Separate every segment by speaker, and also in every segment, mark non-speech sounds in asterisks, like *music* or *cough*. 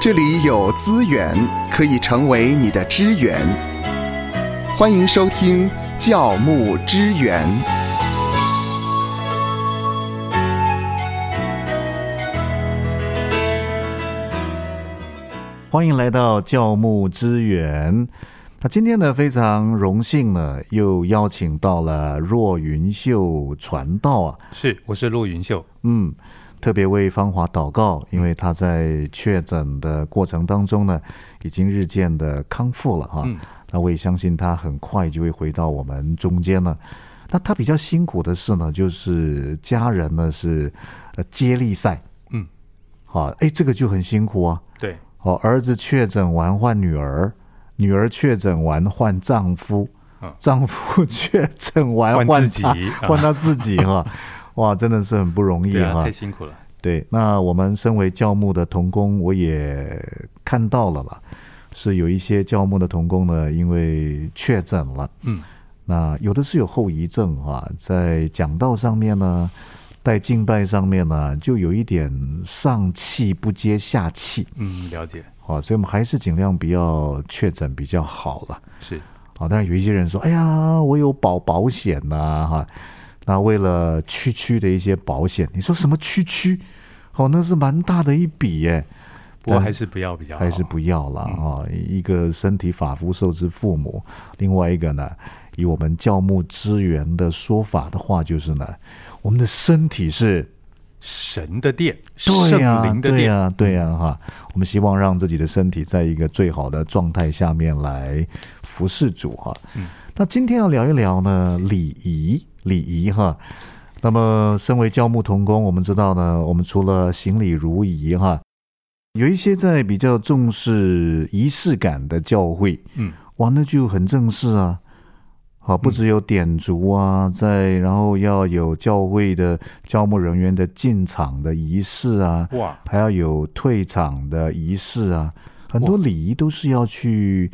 Speaker 1: 这里有资源可以成为你的支援。欢迎收听教牧支援。
Speaker 2: 欢迎来到教牧支援。那今天呢，非常荣幸呢，又邀请到了若云秀传道啊，
Speaker 3: 是，我是陆云秀。
Speaker 2: 嗯，特别为芳华祷告，因为他在确诊的过程当中呢，已经日渐的康复了哈、啊
Speaker 3: 嗯
Speaker 2: 那我也相信他很快就会回到我们中间了。那他比较辛苦的是呢，就是家人呢是呃接力赛，
Speaker 3: 嗯，
Speaker 2: 好、哎，这个就很辛苦啊。
Speaker 3: 对，
Speaker 2: 哦，儿子确诊完换女儿，女儿确诊完换丈夫
Speaker 3: 嗯，
Speaker 2: 丈夫确诊完
Speaker 3: 换
Speaker 2: 哎换
Speaker 3: 自己
Speaker 2: 他
Speaker 3: 啊
Speaker 2: 换他自己
Speaker 3: *laughs*
Speaker 2: 哈，哇，真的是很不容易
Speaker 3: 对啊，
Speaker 2: 哈
Speaker 3: 太。辛苦了。
Speaker 2: 对，那我们身为教牧的童工，我也看到了啦，是有一些教牧的童工呢，因为确诊了，
Speaker 3: 嗯，
Speaker 2: 那有的是有后遗症啊，在讲道上面呢，在敬拜上面呢，就有一点上气不接下气，
Speaker 3: 嗯，了解，
Speaker 2: 啊，所以我们还是尽量不要确诊比较好了。
Speaker 3: 是，
Speaker 2: 啊，当然有一些人说，哎呀，我有保保险呐、哈、那为了区区的一些保险，你说什么区区？哦，那是蛮大的一笔耶，
Speaker 3: 不过还是不要比较好，
Speaker 2: 还是不要了啊、一个身体发肤受之父母，另外一个呢，以我们教牧资源的说法的话，就是呢，我们的身体是
Speaker 3: 神的殿，
Speaker 2: 对呀、
Speaker 3: 圣灵的
Speaker 2: 对啊呀、
Speaker 3: 殿，
Speaker 2: 对呀、哈！我们希望让自己的身体在一个最好的状态下面来服侍主哈。
Speaker 3: 嗯
Speaker 2: 那今天要聊一聊呢，礼仪，礼仪哈。那么，身为教牧童工，我们知道呢，我们除了行礼如仪哈，有一些在比较重视仪式感的教会，
Speaker 3: 嗯，
Speaker 2: 哇，那就很正式啊。好，不只有点烛啊，在然后要有教会的教牧人员的进场的仪式啊，
Speaker 3: 哇，
Speaker 2: 还要有退场的仪式啊，很多礼仪都是要去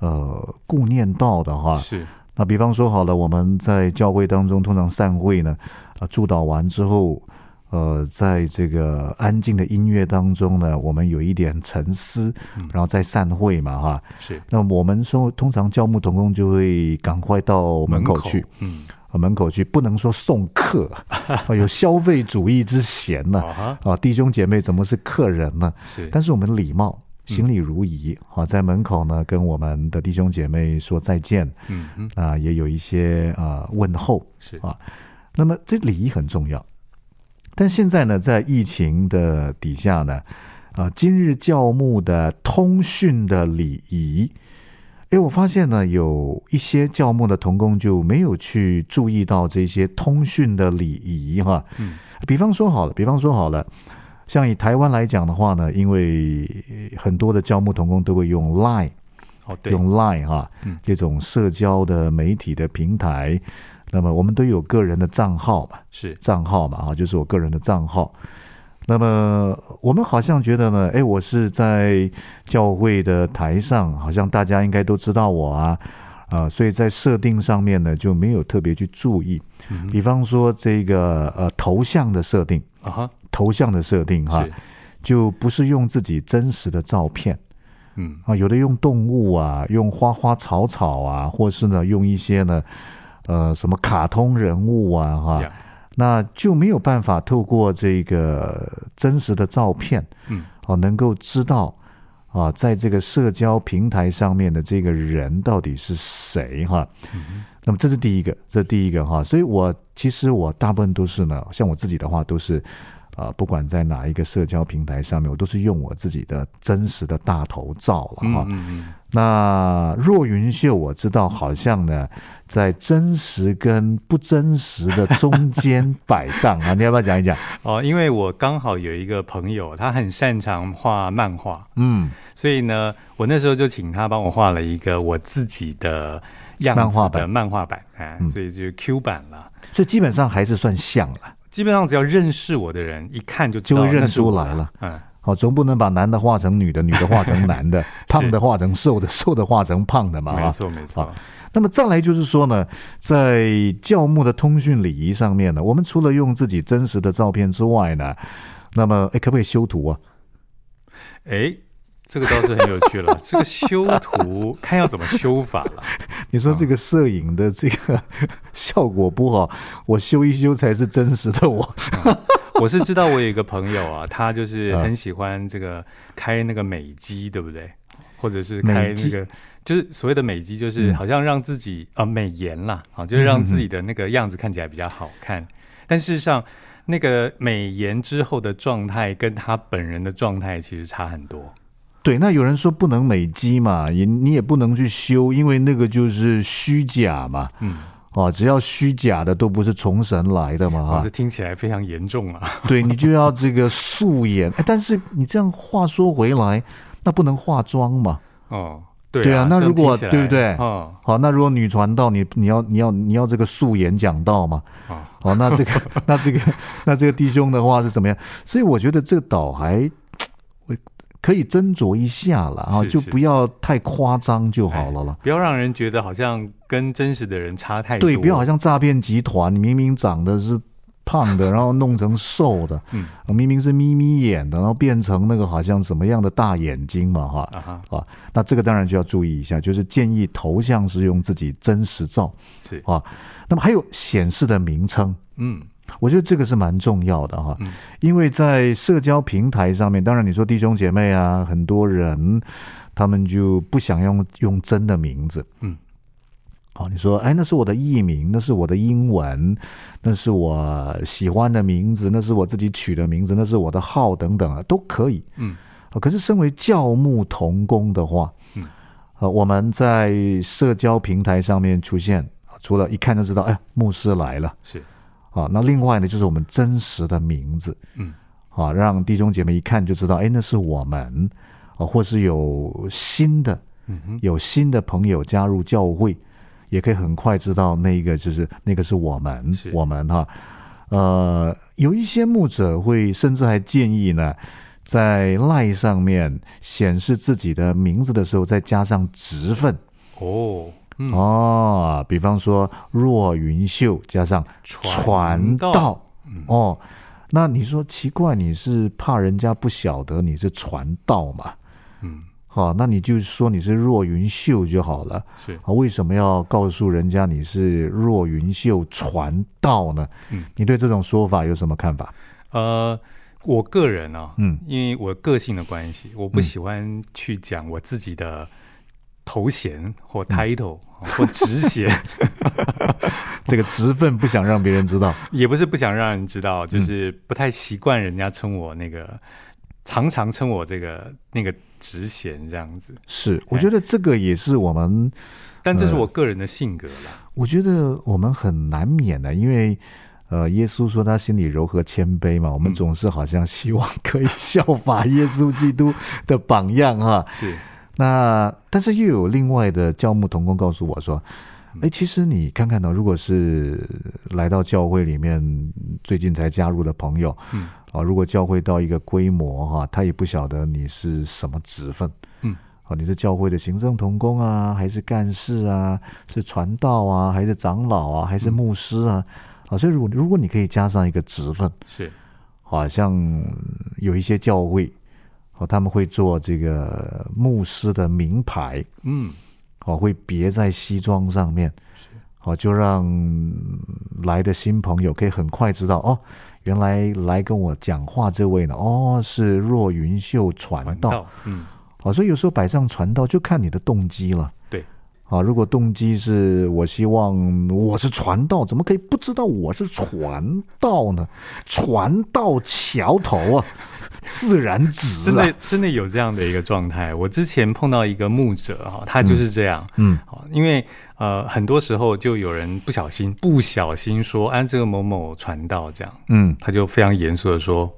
Speaker 2: 呃顾念到的哈。
Speaker 3: 是，
Speaker 2: 那比方说好了，我们在教会当中通常散会呢，啊、祝祷完之后，呃，在这个安静的音乐当中呢，我们有一点沉思
Speaker 3: 嗯，
Speaker 2: 然后再散会嘛哈。
Speaker 3: 是，
Speaker 2: 那我们说，通常教牧童工就会赶快到门口去，，
Speaker 3: 嗯，
Speaker 2: 啊门口去，不能说送客， *laughs* 啊有消费主义之嫌呢、
Speaker 3: 好哈，
Speaker 2: 啊，弟兄姐妹怎么是客人呢？
Speaker 3: 是，
Speaker 2: 但是我们礼貌，行礼如仪，好、在门口呢跟我们的弟兄姐妹说再见，
Speaker 3: 嗯嗯，
Speaker 2: 啊、也有一些啊、问候。
Speaker 3: 是
Speaker 2: 啊那么这礼仪很重要，但现在呢，在疫情的底下呢，啊，今日教牧的通讯的礼仪，诶，我发现呢，有一些教牧的童工就没有去注意到这些通讯的礼仪哈。
Speaker 3: 嗯，
Speaker 2: 比方说好了，比方说好了。像以台湾来讲的话呢，因为呃很多的教牧童工都会用 Line，
Speaker 3: 哦，对，
Speaker 2: 用 Line 哈、
Speaker 3: 嗯
Speaker 2: 这种社交的媒体的平台，那么我们都有个人的账号嘛，
Speaker 3: 是，
Speaker 2: 账号嘛啊，就是我个人的账号。那么我们好像觉得呢，哎，我是在教会的台上，好像大家应该都知道我啊，啊、所以在设定上面呢就没有特别去注意。
Speaker 3: 嗯哼
Speaker 2: 比方说这个呃头像的设定，
Speaker 3: 啊
Speaker 2: 头像的设定
Speaker 3: 哈，
Speaker 2: 哈
Speaker 3: 是，，
Speaker 2: 就不是用自己真实的照片。
Speaker 3: 嗯，
Speaker 2: 啊，有的用动物啊，用花花草草啊，或是呢用一些呢，呃，什么卡通人物啊，哈
Speaker 3: Yeah
Speaker 2: 那就没有办法透过这个真实的照片，
Speaker 3: 嗯，
Speaker 2: 哦、能够知道啊，在这个社交平台上面的这个人到底是谁哈。那么这是第一个，这是第一个哈。所以我其实我大部分都是呢，像我自己的话都是。啊，不管在哪一个社交平台上面，我都是用我自己的真实的大头照了
Speaker 3: 嗯
Speaker 2: 哈。
Speaker 3: 嗯
Speaker 2: 那若云秀，我知道好像呢，在真实跟不真实的中间摆荡啊，你要不要讲一讲？
Speaker 3: 嗯，哦，因为我刚好有一个朋友，他很擅长画漫画，
Speaker 2: 嗯，
Speaker 3: 所以呢，我那时候就请他帮我画了一个我自己的样
Speaker 2: 漫画
Speaker 3: 子的
Speaker 2: 版
Speaker 3: 漫画版，哎，
Speaker 2: 嗯
Speaker 3: 所以就是 Q 版了。
Speaker 2: 所以基本上还是算像了，
Speaker 3: 基本上只要认识我的人，一看就知
Speaker 2: 就
Speaker 3: 道
Speaker 2: 会认
Speaker 3: 哦那是我
Speaker 2: 出来了。
Speaker 3: 嗯，
Speaker 2: 好、哦总不能把男的画成女的，女的画成男的，胖的画成瘦的，瘦的画成胖的嘛
Speaker 3: 没
Speaker 2: 啊。
Speaker 3: 错没错，
Speaker 2: 那么再来就是说呢，在教牧的通讯礼仪上面呢，我们除了用自己真实的照片之外呢，那么诶，可不可以修图啊？
Speaker 3: 哎，这个倒是很有趣了。这个修图 *laughs* 看要怎么修法了。
Speaker 2: 你说这个摄影的这个 *laughs* 效果不好，我修一修才是真实的我。 *laughs*
Speaker 3: 我是知道，我有一个朋友啊，他
Speaker 2: 嗯
Speaker 3: 就是很喜欢这个开那个美肌，对不对？或者是开
Speaker 2: 美
Speaker 3: 那
Speaker 2: 肌嗯
Speaker 3: 个，就是所谓的美肌，就是好像让自己啊、美颜啦，啊，就是让自己的那个样子看起来比较好看。但事实上，那个美颜之后的状态跟他本人的状态其实差很多。
Speaker 2: 对，那有人说不能美肌嘛，也你也不能去修，因为那个就是虚假嘛。
Speaker 3: 嗯，
Speaker 2: 哦，只要虚假的都不是从神来的嘛，
Speaker 3: 啊，
Speaker 2: 哈
Speaker 3: 这、听起来非常严重啊。 *laughs*
Speaker 2: 对你就要这个素颜。哎，但是你这样话说回来，那不能化妆嘛？
Speaker 3: 哦，对啊，
Speaker 2: 对啊那
Speaker 3: 这样
Speaker 2: 如果
Speaker 3: 听起来
Speaker 2: 对不对
Speaker 3: 哦，
Speaker 2: 好，那如果女传道，你你要你要你要这个素颜讲道嘛？
Speaker 3: 哦，
Speaker 2: 好，那这个
Speaker 3: *laughs*
Speaker 2: 那这个那这个弟兄的话是怎么样？所以我觉得这个导还我可以斟酌一下了啊，
Speaker 3: 是
Speaker 2: 就是不要太夸张就好了啦。
Speaker 3: 不要让人觉得好像跟真实的人差哎太多。
Speaker 2: 对，不要好像诈骗集团，你明明长得是胖的，然后弄成瘦的，啊
Speaker 3: 嗯，
Speaker 2: 明明是眯眯眼的，然后变成那个好像怎么样的大眼睛嘛，哈。
Speaker 3: 啊哈，
Speaker 2: 啊，那这个当然就要注意一下，就是建议头像是用自己真实照
Speaker 3: 是，
Speaker 2: 啊。那么还有显示的名称，
Speaker 3: 嗯，
Speaker 2: 我觉得这个是蛮重要的哈
Speaker 3: 嗯，
Speaker 2: 因为在社交平台上面，当然你说弟兄姐妹啊，很多人他们就不想用用真的名字，
Speaker 3: 嗯，
Speaker 2: 好，你说哎，那是我的艺名，那是我的英文，那是我喜欢的名字，那是我自己取的名字，那是我的号等等啊，都可以，
Speaker 3: 嗯，
Speaker 2: 啊可是身为教牧同工的话，
Speaker 3: 嗯，
Speaker 2: 呃，我们在社交平台上面出现，啊除了一看就知道，哎，牧师来了。
Speaker 3: 是，
Speaker 2: 啊，那另外呢，就是我们真实的名字
Speaker 3: 嗯，
Speaker 2: 啊，让弟兄姐妹一看就知道，哎，那是我们啊，或是有新的
Speaker 3: 嗯哼，
Speaker 2: 有新的朋友加入教会，也可以很快知道那个就是那个是我们
Speaker 3: 是
Speaker 2: 我们哈、呃，有一些牧者会甚至还建议呢，在赖上面显示自己的名字的时候，再加上职分
Speaker 3: 哦，嗯，
Speaker 2: 哦，比方说若云秀加上传道，哦，那你说奇怪，你是怕人家不晓得你是传道嘛？
Speaker 3: 嗯，
Speaker 2: 好、那你就说你是若云秀就好了
Speaker 3: 是，
Speaker 2: 啊？为什么要告诉人家你是若云秀传道呢？
Speaker 3: 嗯，
Speaker 2: 你对这种说法有什么看法？
Speaker 3: 呃，我个人啊，
Speaker 2: 嗯，
Speaker 3: 因为我个性的关系，我不喜欢去讲我自己的头衔或 title 啊或职 *laughs* 衔，
Speaker 2: 这个职分不想让别人知道，
Speaker 3: 也不是不想让人知道，就是不太习惯人家称我那个，常常称我这个那个职衔这样子。
Speaker 2: 是，我觉得这个也是我们，
Speaker 3: 但这是我个人的性格啦。
Speaker 2: 我觉得我们很难免的，因为。呃，耶稣说他心里柔和谦卑嘛，我们
Speaker 3: 嗯
Speaker 2: 总是好像希望可以效法耶稣基督的榜样啊哈、
Speaker 3: 是，
Speaker 2: 那但是又有另外的教牧同工告诉我说，
Speaker 3: 嗯
Speaker 2: 哎，其实你看看呢、如果是来到教会里面最近才加入的朋友，
Speaker 3: 嗯
Speaker 2: 啊，如果教会到一个规模哈、他也不晓得你是什么职分，
Speaker 3: 嗯，
Speaker 2: 啊，你是教会的行政同工啊，还是干事啊，是传道啊，还是长老啊，
Speaker 3: 嗯
Speaker 2: 还是牧师啊，啊，所以如果如果你可以加上一个职分，
Speaker 3: 是，
Speaker 2: 好像有一些教会，哦，他们会做这个牧师的名牌，
Speaker 3: 嗯，
Speaker 2: 哦，会别在西装上面，
Speaker 3: 是，
Speaker 2: 哦，就让来的新朋友可以很快知道，哦，原来来跟我讲话这位呢，哦，是若云秀传
Speaker 3: 管
Speaker 2: 道，
Speaker 3: 道，嗯，
Speaker 2: 哦，所以有时候摆上传道就看你的动机了。
Speaker 3: 对，
Speaker 2: 啊，如果动机是我希望我是传道，怎么可以不知道我是传道呢？传道桥头啊，自然直
Speaker 3: 真
Speaker 2: 啊
Speaker 3: 的，真的有这样的一个状态。我之前碰到一个牧者哈，他就是这样。
Speaker 2: 嗯，
Speaker 3: 好，因为呃，很多时候就有人不小心不小心说，啊，这个某某传道这样，
Speaker 2: 嗯，
Speaker 3: 他就非常严肃的说，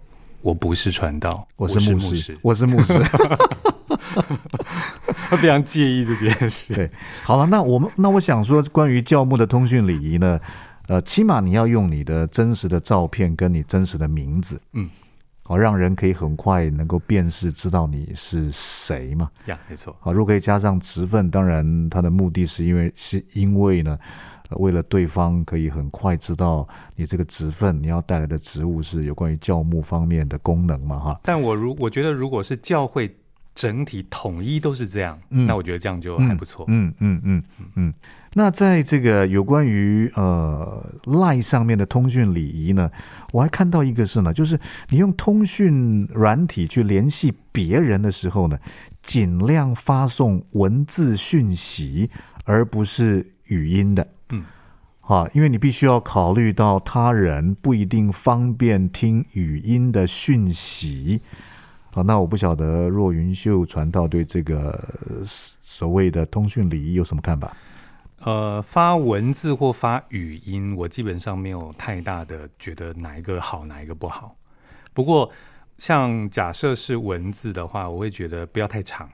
Speaker 3: 我不是传道，
Speaker 2: 我
Speaker 3: 是
Speaker 2: 是牧
Speaker 3: 师，
Speaker 2: 师，我是牧师。 *laughs*
Speaker 3: 他非常介意这件
Speaker 2: *laughs*
Speaker 3: 事。
Speaker 2: 对，好了，那我们那我想说，关于教牧的通讯礼仪呢，呃，起码你要用你的真实的照片跟你真实的名字，
Speaker 3: 嗯，
Speaker 2: 好、让人可以很快能够辨识，知道你是谁嘛。
Speaker 3: 呀，没错，
Speaker 2: 好，如果可以加上职分，当然它的目的是因为是因为呢，呃为了对方可以很快知道你这个职分，你要带来的职务是有关于教牧方面的功能嘛，哈。
Speaker 3: 但我如我觉得，如果是教会整体统一都是这样，那我觉得这样就还不错。
Speaker 2: 嗯嗯嗯嗯。那在这个有关于呃 Line 上面的通讯礼仪呢，我还看到一个是呢，就是你用通讯软体去联系别人的时候呢，尽量发送文字讯息，而不是语音的。
Speaker 3: 嗯。
Speaker 2: 啊，因为你必须要考虑到他人不一定方便听语音的讯息，好，那我不晓得若云秀传道对这个呃所谓的通讯礼仪有什么看法？
Speaker 3: 呃，发文字或发语音，我基本上没有太大的觉得哪一个好，哪一个不好。不过，像假设是文字的话，我会觉得不要太长，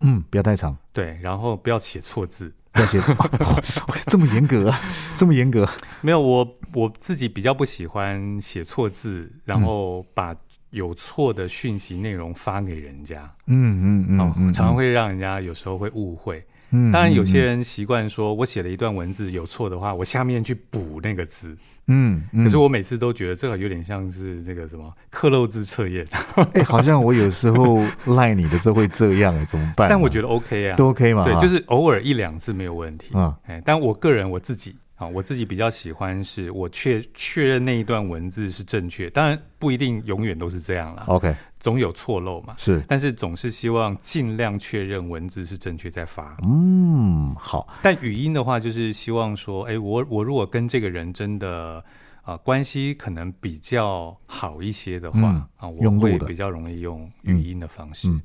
Speaker 2: 嗯，不要太长，
Speaker 3: 对，然后不要写错字。
Speaker 2: 不要写 *laughs* 错、哇这么严格、啊，这么严格。
Speaker 3: 没有，我我自己比较不喜欢写错字，然后把有错的讯息内容发给人家，
Speaker 2: 嗯嗯嗯，
Speaker 3: 哦，常常会让人家有时候会误会。
Speaker 2: 嗯
Speaker 3: 当然，有些人习惯说，我写了一段文字有错的话，我下面去补那个字。
Speaker 2: 嗯，嗯
Speaker 3: 可是我每次都觉得这个有点像是那个什么克漏字测验，
Speaker 2: 哎、好像我有时候赖你的时候会这样、哎，怎么办啊、
Speaker 3: 但我觉得 OK 啊，
Speaker 2: 都 OK 嘛，
Speaker 3: 对，
Speaker 2: 哈
Speaker 3: 就是偶尔一两次没有问题。
Speaker 2: 嗯
Speaker 3: 哎，但我个人我自己啊，我自己比较喜欢是我确确认那一段文字是正确，当然不一定永远都是这样啦，
Speaker 2: OK，
Speaker 3: 总有错漏嘛。
Speaker 2: 是，
Speaker 3: 但是总是希望尽量确认文字是正确再发。
Speaker 2: 嗯，好，
Speaker 3: 但语音的话，就是希望说，哎，我我如果跟这个人真的啊、呃关系可能比较好一些的话、
Speaker 2: 嗯
Speaker 3: 啊，我
Speaker 2: 用录
Speaker 3: 会
Speaker 2: 的
Speaker 3: 比较容易用语音的方式。
Speaker 2: 嗯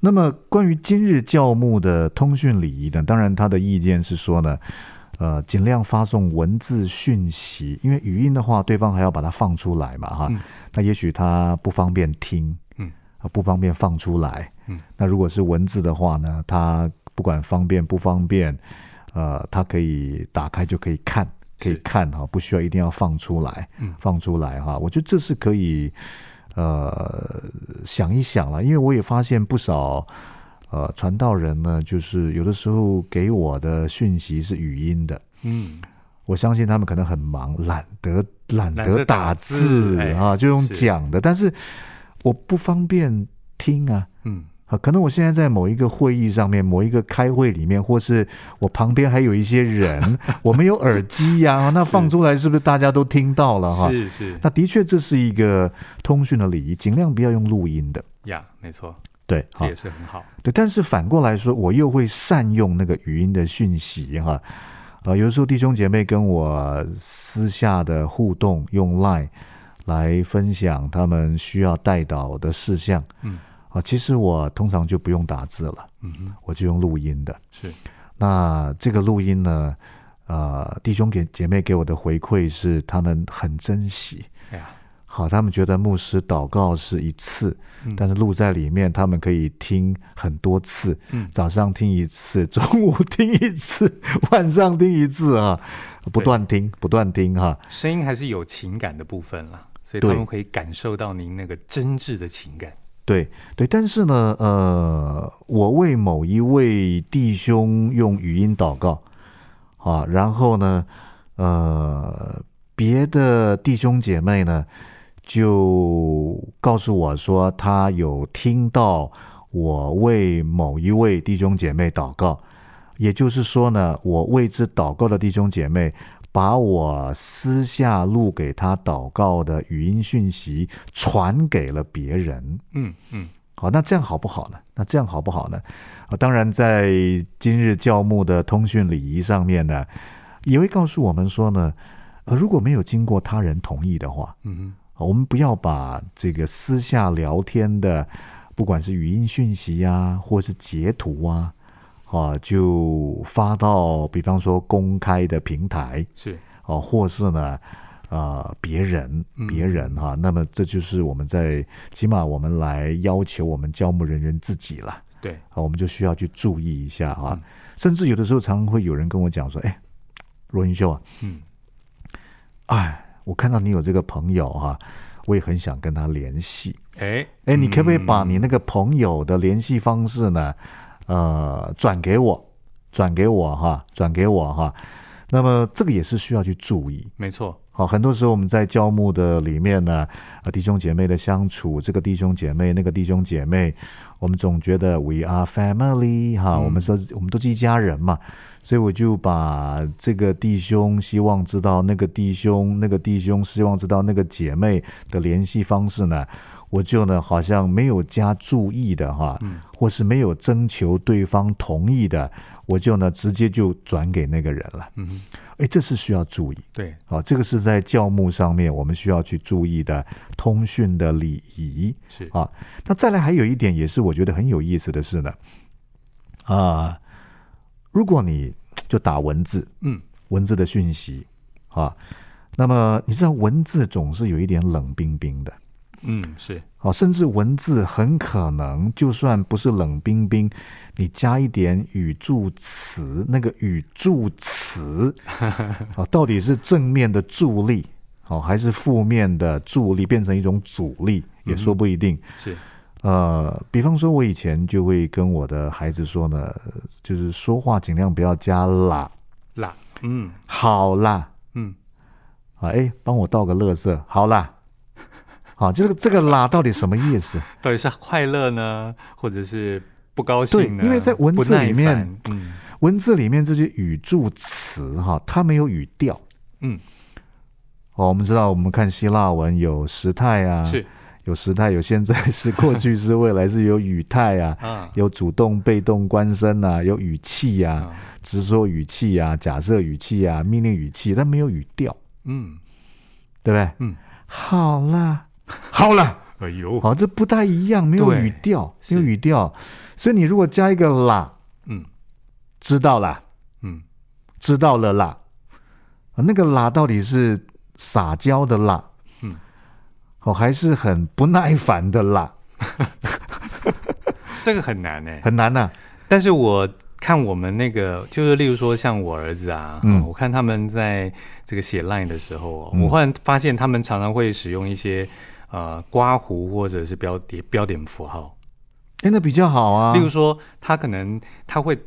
Speaker 2: 那么关于今日教牧的通讯礼仪呢，当然他的意见是说呢，呃，尽量发送文字讯息，因为语音的话，对方还要把它放出来嘛，哈，
Speaker 3: 嗯
Speaker 2: 那也许他不方便听，
Speaker 3: 嗯
Speaker 2: 啊，不方便放出来，
Speaker 3: 嗯，
Speaker 2: 那如果是文字的话呢，他不管方便不方便，呃，他可以打开就可以看，可以
Speaker 3: 是
Speaker 2: 看哈，不需要一定要放出来，
Speaker 3: 嗯
Speaker 2: 放出来哈，我觉得这是可以。呃，想一想了，因为我也发现不少呃传道人呢，就是有的时候给我的讯息是语音的，
Speaker 3: 嗯，
Speaker 2: 我相信他们可能很忙，懒得懒
Speaker 3: 懒
Speaker 2: 得
Speaker 3: 得
Speaker 2: 打
Speaker 3: 打字
Speaker 2: 字
Speaker 3: 哎
Speaker 2: 啊，就用
Speaker 3: 是
Speaker 2: 讲的，但是我不方便听啊。
Speaker 3: 嗯，
Speaker 2: 啊，可能我现在在某一个会议上面，某一个开会里面，或是我旁边还有一些
Speaker 3: *laughs*
Speaker 2: 人，我没有耳机呀、那
Speaker 3: 是
Speaker 2: 放出来是不是大家都听到了哈？
Speaker 3: 是是
Speaker 2: 那的确，这是一个通讯的礼仪，尽量不要用录音的。
Speaker 3: 呀，没错，
Speaker 2: 对，
Speaker 3: 这
Speaker 2: 好
Speaker 3: 也，是很好。
Speaker 2: 对。但是反过来说，我又会善用那个语音的讯息哈。呃，有的时候弟兄姐妹跟我私下的互动，用 Line 来分享他们需要带导的事项
Speaker 3: 嗯
Speaker 2: 啊。其实我通常就不用打字了，
Speaker 3: 嗯哼，
Speaker 2: 我就用录音的。
Speaker 3: 是
Speaker 2: 那这个录音呢，呃，弟兄给姐妹给我的回馈是，他们很珍惜。
Speaker 3: 哎呀，
Speaker 2: 好，他们觉得牧师祷告是一次，
Speaker 3: 嗯
Speaker 2: 但是录在里面，他们可以听很多次，
Speaker 3: 嗯
Speaker 2: 早上听一次， *laughs* 中午听一次，晚上听一次啊，不断听，不断听哈、
Speaker 3: 声音还是有情感的部分啦，所以他
Speaker 2: 对
Speaker 3: 们可以感受到您那个真挚的情感。
Speaker 2: 对对，但是呢，呃，我为某一位弟兄用语音祷告啊，然后呢，呃，别的弟兄姐妹呢就告诉我说，他有听到我为某一位弟兄姐妹祷告，也就是说呢，我为之祷告的弟兄姐妹。把我私下录给他祷告的语音讯息传给了别人，
Speaker 3: 嗯嗯，
Speaker 2: 好，那这样好不好呢？那这样好不好呢？啊，当然，在今日教牧的通讯礼仪上面呢，也会告诉我们说呢，呃，如果没有经过他人同意的话，
Speaker 3: 嗯哼。
Speaker 2: 啊我们不要把这个私下聊天的，不管是语音讯息呀、或是截图啊，啊，就发到比方说公开的平台，
Speaker 3: 是
Speaker 2: 哦，或是呢，呃，别人
Speaker 3: 嗯
Speaker 2: 别人哈、那么这就是我们在起码我们来要求我们教牧人员自己了
Speaker 3: 对，
Speaker 2: 啊，我们就需要去注意一下啊。
Speaker 3: 嗯
Speaker 2: 甚至有的时候常常会有人跟我讲说，哎，罗云秀啊，
Speaker 3: 嗯，
Speaker 2: 哎，我看到你有这个朋友哈、我也很想跟他联系，
Speaker 3: 哎
Speaker 2: 哎，你可不可以把
Speaker 3: 嗯
Speaker 2: 你那个朋友的联系方式呢，呃，转给我，转给我哈，转给我哈。那么这个也是需要去注意。
Speaker 3: 没错，
Speaker 2: 好，很多时候我们在教牧的里面呢，啊，弟兄姐妹的相处，这个弟兄姐妹，那个弟兄姐妹，我们总觉得 we are family 哈，我们说我们都是一家人嘛，所以我就把这个弟兄希望知道那个弟兄，那个弟兄希望知道那个姐妹的联系方式呢，我就呢好像没有加注意的哈，或是没有征求对方同意的，我就呢直接就转给那个人了，
Speaker 3: 嗯，
Speaker 2: 哎，这是需要注意。
Speaker 3: 对，
Speaker 2: 啊，这个是在教牧上面我们需要去注意的通讯的礼仪
Speaker 3: 是
Speaker 2: 啊。那再来还有一点，也是我觉得很有意思的是呢，啊、如果你就打文字，
Speaker 3: 嗯，
Speaker 2: 文字的讯息啊，那么你知道文字总是有一点冷冰冰的。
Speaker 3: 嗯，是
Speaker 2: 啊，甚至文字很可能，就算不是冷冰冰，你加一点语助词，那个语助词啊，到底是正面的助力，哦、还是负面的助力，变成一种阻力，也说不一定。
Speaker 3: 是，
Speaker 2: 呃，比方说，我以前就会跟我的孩子说呢，就是说话尽量不要加啦，
Speaker 3: 啦，嗯
Speaker 2: 好啦，
Speaker 3: 嗯，
Speaker 2: 啊，哎，帮我倒个垃圾，好啦， *laughs* 啊，这个这个啦到底什么意思？
Speaker 3: 到底是快乐呢，或者是不高
Speaker 2: 对
Speaker 3: 兴呢？
Speaker 2: 因为在文字
Speaker 3: 不耐
Speaker 2: 里面
Speaker 3: 烦，嗯
Speaker 2: 文字里面这些语助词哈，它没有语调。
Speaker 3: 嗯，
Speaker 2: 哦，我们知道，我们看希腊文有时态啊，
Speaker 3: 是
Speaker 2: 有时态，有现在是过去是未来是有语态
Speaker 3: *laughs*
Speaker 2: 啊，
Speaker 3: 啊
Speaker 2: 有主动被动官声啊，有语气啊，
Speaker 3: 啊，
Speaker 2: 直说语气啊，假设语气啊，命令语气，但没有语调，
Speaker 3: 嗯
Speaker 2: 对不对？
Speaker 3: 嗯，
Speaker 2: 好啦，好啦，
Speaker 3: 哎呦，
Speaker 2: 好，这不太一样，没有
Speaker 3: 对
Speaker 2: 语调，没有
Speaker 3: 是
Speaker 2: 语调，所以你如果加一个啦，
Speaker 3: 嗯
Speaker 2: 知道啦，
Speaker 3: 嗯，
Speaker 2: 知道了啦。啊那个啦到底是撒娇的啦，
Speaker 3: 嗯，
Speaker 2: 哦，还是很不耐烦的啦，
Speaker 3: 这个很难哎，
Speaker 2: 很难啊呐、
Speaker 3: 但是我看我们那个，就是例如说像我儿子啊，
Speaker 2: 嗯
Speaker 3: 我看他们在这个写 line 的时候哦，
Speaker 2: 嗯
Speaker 3: 我忽然发现他们常常会使用一些呃刮胡或者是标点标点符号，
Speaker 2: 哎，那比较好啊
Speaker 3: 例。如说他可能他会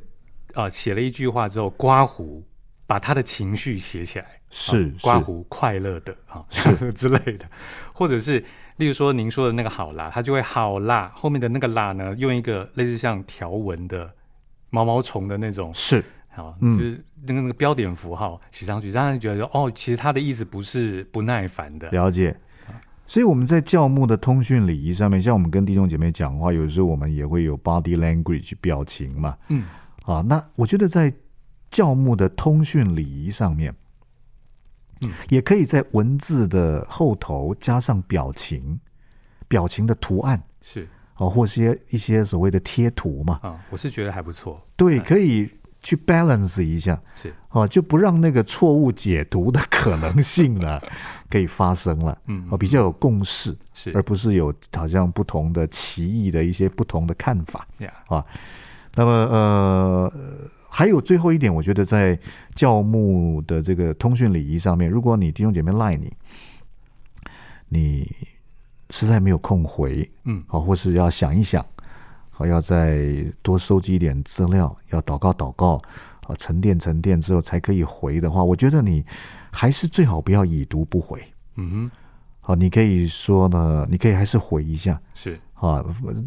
Speaker 3: 呃写了一句话之后刮胡。把他的情绪写起来，
Speaker 2: 是
Speaker 3: 啊刮
Speaker 2: 是
Speaker 3: 胡快乐的啊，是 *laughs* 之类的，或者是例如说您说的那个好啦，他就会好啦，后面的那个啦呢，用一个类似像条纹的毛毛虫的那种
Speaker 2: 是，
Speaker 3: 好，就
Speaker 2: 嗯
Speaker 3: 是那个那个标点符号写上去，让人觉得说哦，其实他的意思不是不耐烦的，
Speaker 2: 了解。所以我们在教牧的通讯礼仪上面，像我们跟弟兄姐妹讲话，有时候我们也会有 body language 表情嘛。
Speaker 3: 嗯，
Speaker 2: 啊，那我觉得在教牧的通讯礼仪上面，
Speaker 3: 嗯，
Speaker 2: 也可以在文字的后头加上表情、表情的图案。
Speaker 3: 是
Speaker 2: 哦，或是一些一些所谓的贴图嘛，
Speaker 3: 啊、我是觉得还不错，
Speaker 2: 对，可以去 balance 一下，
Speaker 3: 是
Speaker 2: 哦，就不让那个错误解读的可能性呢可以发生了，
Speaker 3: 嗯
Speaker 2: 哦，比较有共识，
Speaker 3: 是
Speaker 2: 而不是有好像不同的歧义的一些不同的看法。
Speaker 3: 呀，
Speaker 2: 那么呃，还有最后一点，我觉得在教牧的这个通讯礼仪上面，如果你弟兄姐妹赖你，你实在没有空回，
Speaker 3: 嗯
Speaker 2: 好，或是要想一想，好，要再多收集一点资料，要祷告祷告，啊，沉淀沉淀之后才可以回的话，我觉得你还是最好不要已读不回。
Speaker 3: 嗯哼，
Speaker 2: 好，你可以说呢，你可以还是回一下，
Speaker 3: 是
Speaker 2: 啊，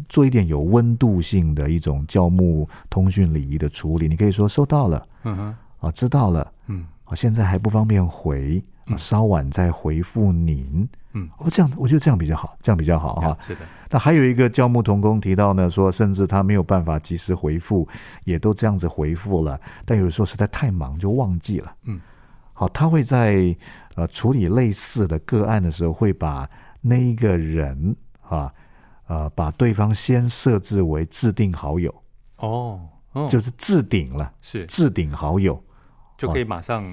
Speaker 2: 做一点有温度性的一种教牧通讯礼仪的处理。你可以说收到了
Speaker 3: 嗯哼，
Speaker 2: 啊，知道了
Speaker 3: 嗯
Speaker 2: 啊，现在还不方便回，啊、稍晚再回复您。
Speaker 3: 嗯，
Speaker 2: 哦，这样我觉得这样比较好，这样比较好哈、
Speaker 3: 呀是的，
Speaker 2: 那还有一个教牧童工提到呢，说甚至他没有办法及时回复，也都这样子回复了，但有时候实在太忙就忘记了。
Speaker 3: 嗯，
Speaker 2: 好，他会在呃处理类似的个案的时候，会把那一个人啊呃把对方先设置为置顶好友，
Speaker 3: 哦哦，
Speaker 2: 就是置顶了，
Speaker 3: 是
Speaker 2: 置顶好友
Speaker 3: 就可以马上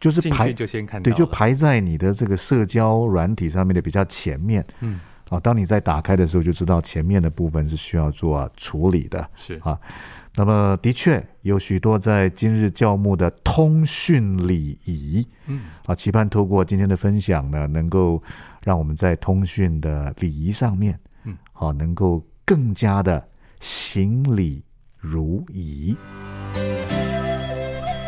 Speaker 2: 就是
Speaker 3: 进
Speaker 2: 排
Speaker 3: 去就先看到
Speaker 2: 对，
Speaker 3: 了，
Speaker 2: 就排在你的这个社交软体上面的比较前面。
Speaker 3: 嗯，
Speaker 2: 啊，当你在打开的时候，就知道前面的部分是需要做、处理的。
Speaker 3: 是
Speaker 2: 啊那么，的确有许多在今日教牧的通讯礼仪
Speaker 3: 嗯
Speaker 2: 啊，期盼透过今天的分享呢，能够让我们在通讯的礼仪上面，
Speaker 3: 嗯，
Speaker 2: 好、能够更加的行礼如仪。